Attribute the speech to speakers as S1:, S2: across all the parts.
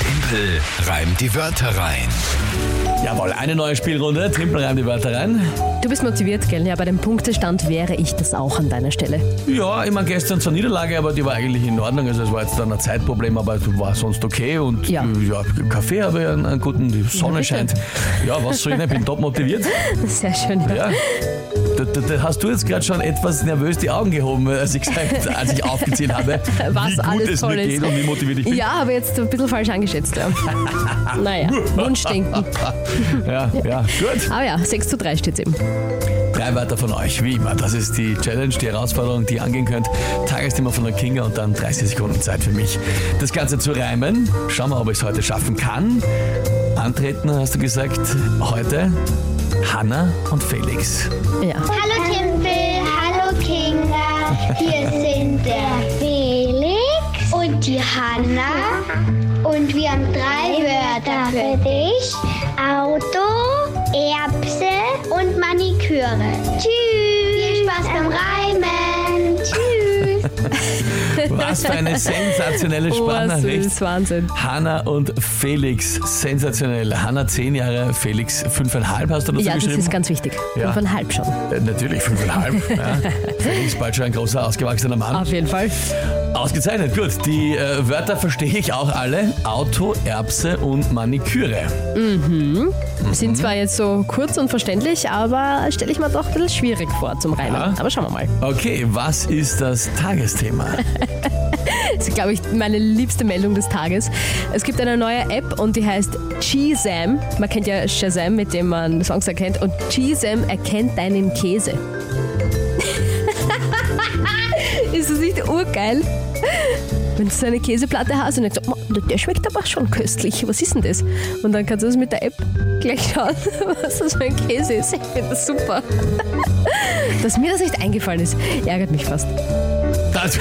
S1: Tempel reimt die Wörter rein.
S2: Jawohl, eine neue Spielrunde. Tempel reimt die Wörter rein.
S3: Du bist motiviert, gell? Ja, bei dem Punktestand wäre ich das auch an deiner Stelle.
S2: Ja, ich meine, gestern zur Niederlage, aber die war eigentlich in Ordnung. Also es war jetzt dann ein Zeitproblem, aber es war sonst okay. Und
S3: Ja.
S2: äh, ja Kaffee habe ich einen, einen guten, die Sonne scheint. Ja, was soll ich denn? Ich bin top motiviert.
S3: Sehr schön. Ja.
S2: Ja. Da, da, da hast du jetzt gerade schon etwas nervös die Augen gehoben, als ich, gesagt, als ich aufgezählt habe,
S3: Was
S2: wie gut
S3: alles
S2: es
S3: toll
S2: mir
S3: ist.
S2: geht und wie motiviert ich bin.
S3: Ja, aber jetzt ein bisschen falsch eingeschätzt. Ja. naja, Wunschdenken.
S2: Ja, ja, gut.
S3: Aber ja, 6 zu 3 steht eben.
S2: Drei Wörter von euch, wie immer. Das ist die Challenge, die Herausforderung, die ihr angehen könnt. Tagesthema von der Kinga und dann 30 Sekunden Zeit für mich, das Ganze zu reimen. Schauen wir, ob ich es heute schaffen kann. Antreten, hast du gesagt, heute Hanna und Felix.
S3: Ja.
S4: Hallo Timpel, hallo Kinga. Wir sind der Felix und die Hanna. Und wir haben drei Wörter für dich. Auto, Erbse und Maniküre. Tschüss. Viel Spaß beim Reimen. Tschüss.
S2: Was für eine sensationelle
S3: Oh,
S2: Sprachnachricht.
S3: süß, Wahnsinn.
S2: Hanna und Felix, sensationell. Hanna 10 Jahre, Felix 5,5 hast du dazu
S3: Ja, das
S2: geschrieben?
S3: ist ganz wichtig.
S2: Ja.
S3: Fünfeinhalb schon.
S2: äh, natürlich 5,5. ja. Felix bald schon ein großer, ausgewachsener Mann.
S3: Auf jeden Fall.
S2: Ausgezeichnet, gut. Die äh, Wörter verstehe ich auch alle. Auto, Erbse und Maniküre. Mhm.
S3: Sind zwar jetzt so kurz und verständlich, aber stelle ich mir doch ein bisschen schwierig vor zum Reimen.
S2: Ja.
S3: Aber schauen wir mal.
S2: Okay, was ist das Tagesthema?
S3: Das ist, glaube ich, meine liebste Meldung des Tages. Es gibt eine neue App und die heißt Shazam. Man kennt ja Shazam, mit dem man Songs erkennt. Und Shazam erkennt deinen Käse. ist das nicht urgeil? Wenn du so eine Käseplatte hast und denkst, oh, der schmeckt aber schon köstlich, was ist denn das? Und dann kannst du das mit der App gleich schauen, was das für ein Käse ist. Ich finde das super. Dass mir das nicht eingefallen ist, ärgert mich fast.
S2: Das,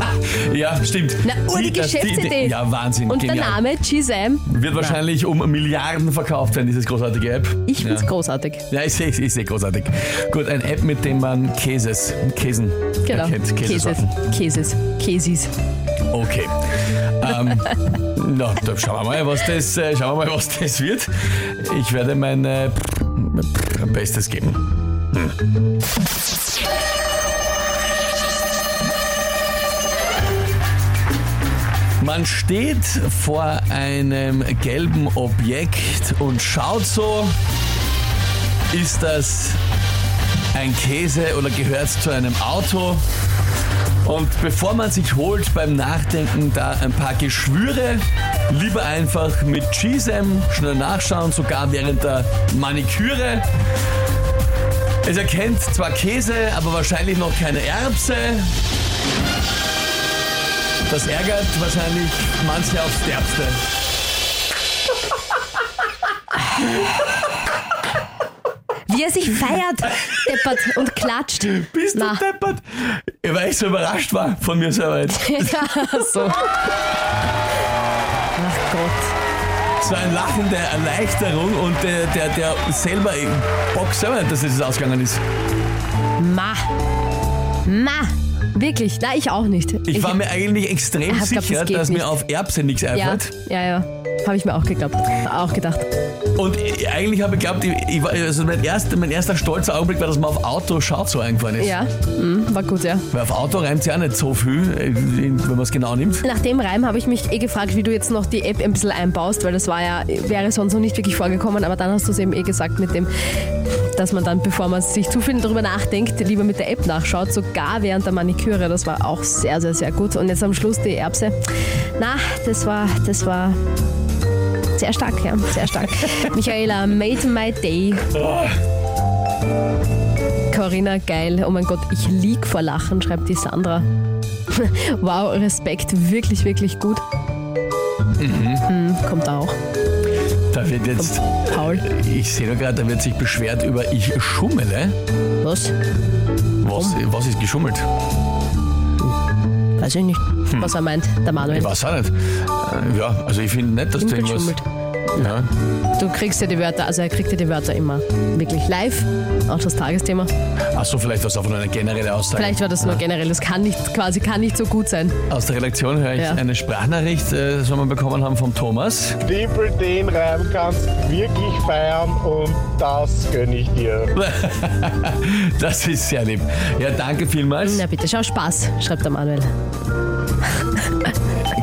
S2: ja, stimmt.
S3: Na, oh, die
S2: das-
S3: Geschäftsidee.
S2: ja, Wahnsinn.
S3: Und
S2: genial.
S3: der Name Shazam
S2: Wird wahrscheinlich um Milliarden verkauft werden, dieses großartige App.
S3: Ich find's
S2: ja.
S3: großartig.
S2: Ja, ich sehe ich sehe großartig. Gut, ein App, mit dem man Käses, Käsen
S3: Genau.
S2: erkennt.
S3: Käses.
S2: Käsesorten.
S3: Käses. Käsis.
S2: Okay. Ähm, na, da schauen wir mal, was das, äh, schauen wir mal, was das wird. Ich werde mein äh, Bestes geben. Hm. Man steht vor einem gelben Objekt und schaut so, ist das ein Käse oder gehört es zu einem Auto? Und bevor man sich holt beim Nachdenken da ein paar Geschwüre, lieber einfach mit Chisem schnell nachschauen, sogar während der Maniküre. Es erkennt zwar Käse, aber wahrscheinlich noch keine Erbse. Das ärgert wahrscheinlich manche aufs Derbste.
S3: Wie er sich feiert, deppert und klatscht.
S2: Bist
S3: Na.
S2: du deppert? Ja, Weil ich so überrascht war von mir selber jetzt.
S3: ja, so. Ach Gott.
S2: So ein Lachen der Erleichterung und der, der, der selber Bock selber, dass es ausgegangen ist.
S3: Ma. Ma. Wirklich. Na, ich auch nicht.
S2: Ich war mir eigentlich extrem
S3: Ah, ich glaub, das
S2: sicher,
S3: geht
S2: dass
S3: nicht.
S2: mir auf Erbsen nichts
S3: ja,
S2: einfällt.
S3: ja, ja. Habe ich mir auch geglaubt. Auch gedacht.
S2: Und ich- eigentlich habe ich geglaubt, ich, ich, war- also mein, erster, mein erster stolzer Augenblick war, dass man auf Auto schaut so eingefallen ist.
S3: Ja. Mhm, war gut, ja.
S2: Weil auf Auto reimt ja auch nicht so viel, äh, wenn man es genau nimmt.
S3: Nach dem Reim habe ich mich eh gefragt, wie du jetzt noch die App ein bisschen einbaust, weil das war ja, wäre sonst noch nicht wirklich vorgekommen, aber dann hast du es eben eh gesagt mit dem, dass man dann, bevor man sich zu viel darüber nachdenkt, lieber mit der App nachschaut, sogar während der Maniküre. Das war auch sehr, sehr, sehr gut. Und jetzt am Schluss die Erbse. Na, das war, das war sehr stark, ja, sehr stark. Michaela, made my day. Corinna, geil. Oh mein Gott, ich lieg vor Lachen, schreibt die Sandra. Wow, Respekt, wirklich, wirklich gut. Mhm. Kommt auch.
S2: Da wird jetzt,
S3: Paul.
S2: ich sehe nur gerade, da wird sich beschwert über ich schummele.
S3: Was?
S2: Was, was ist geschummelt?
S3: Weiß
S2: Hm.
S3: ich nicht, was er meint, der Manuel.
S2: Ich weiß auch nicht. Äh, Ja, also ich finde nicht, dass
S3: Tim
S2: du irgendwas...
S3: geschummelt.
S2: Ja.
S3: Du kriegst ja die Wörter, also er kriegt ja die Wörter immer wirklich live, auch das Tagesthema.
S2: Achso, vielleicht war es einfach nur eine generelle Aussage.
S3: Vielleicht war das nur generell, das kann nicht, quasi kann nicht so gut sein.
S2: Aus der Redaktion höre ich
S3: Ja.
S2: eine Sprachnachricht, äh, die wir bekommen haben vom Thomas.
S5: Diebel, den Reim kannst wirklich feiern und das gönne ich dir.
S2: Das ist sehr lieb. Ja, danke vielmals.
S3: Na bitte, schau Spaß, schreibt der Manuel.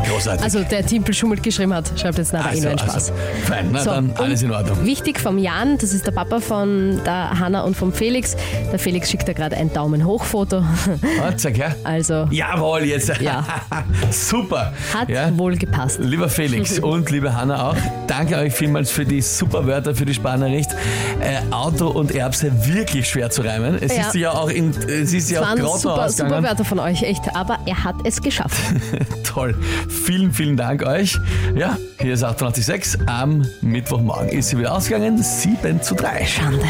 S2: Großartig.
S3: Also der Timpel Schummelt geschrieben hat, schreibt jetzt nachher eh nur ein Spaß.
S2: fein, Also, na
S3: So,
S2: dann
S3: und
S2: alles in Ordnung.
S3: Wichtig vom Jan, das ist der Papa von der Hanna und vom Felix. Der Felix schickt da gerade ein Daumen hoch Foto.
S2: Ah, zack, ja.
S3: Also
S2: Jawohl, jetzt.
S3: Ja.
S2: Super.
S3: hat
S2: ja.
S3: wohl gepasst.
S2: Lieber Felix und liebe Hanna auch, danke euch vielmals für die super Wörter, für die Spanericht. Äh, Auto und Erbse wirklich schwer zu reimen. Es
S3: Ja.
S2: ist ja auch in, es ist ja auch
S3: Waren
S2: grotto
S3: super, super
S2: ausgegangen.
S3: Wörter von euch, echt. Aber er hat es geschafft.
S2: Toll. Vielen, vielen Dank euch. Ja, hier ist 886. Am Mittwochmorgen ist sie wieder ausgegangen. 7 zu 3.
S3: Schande.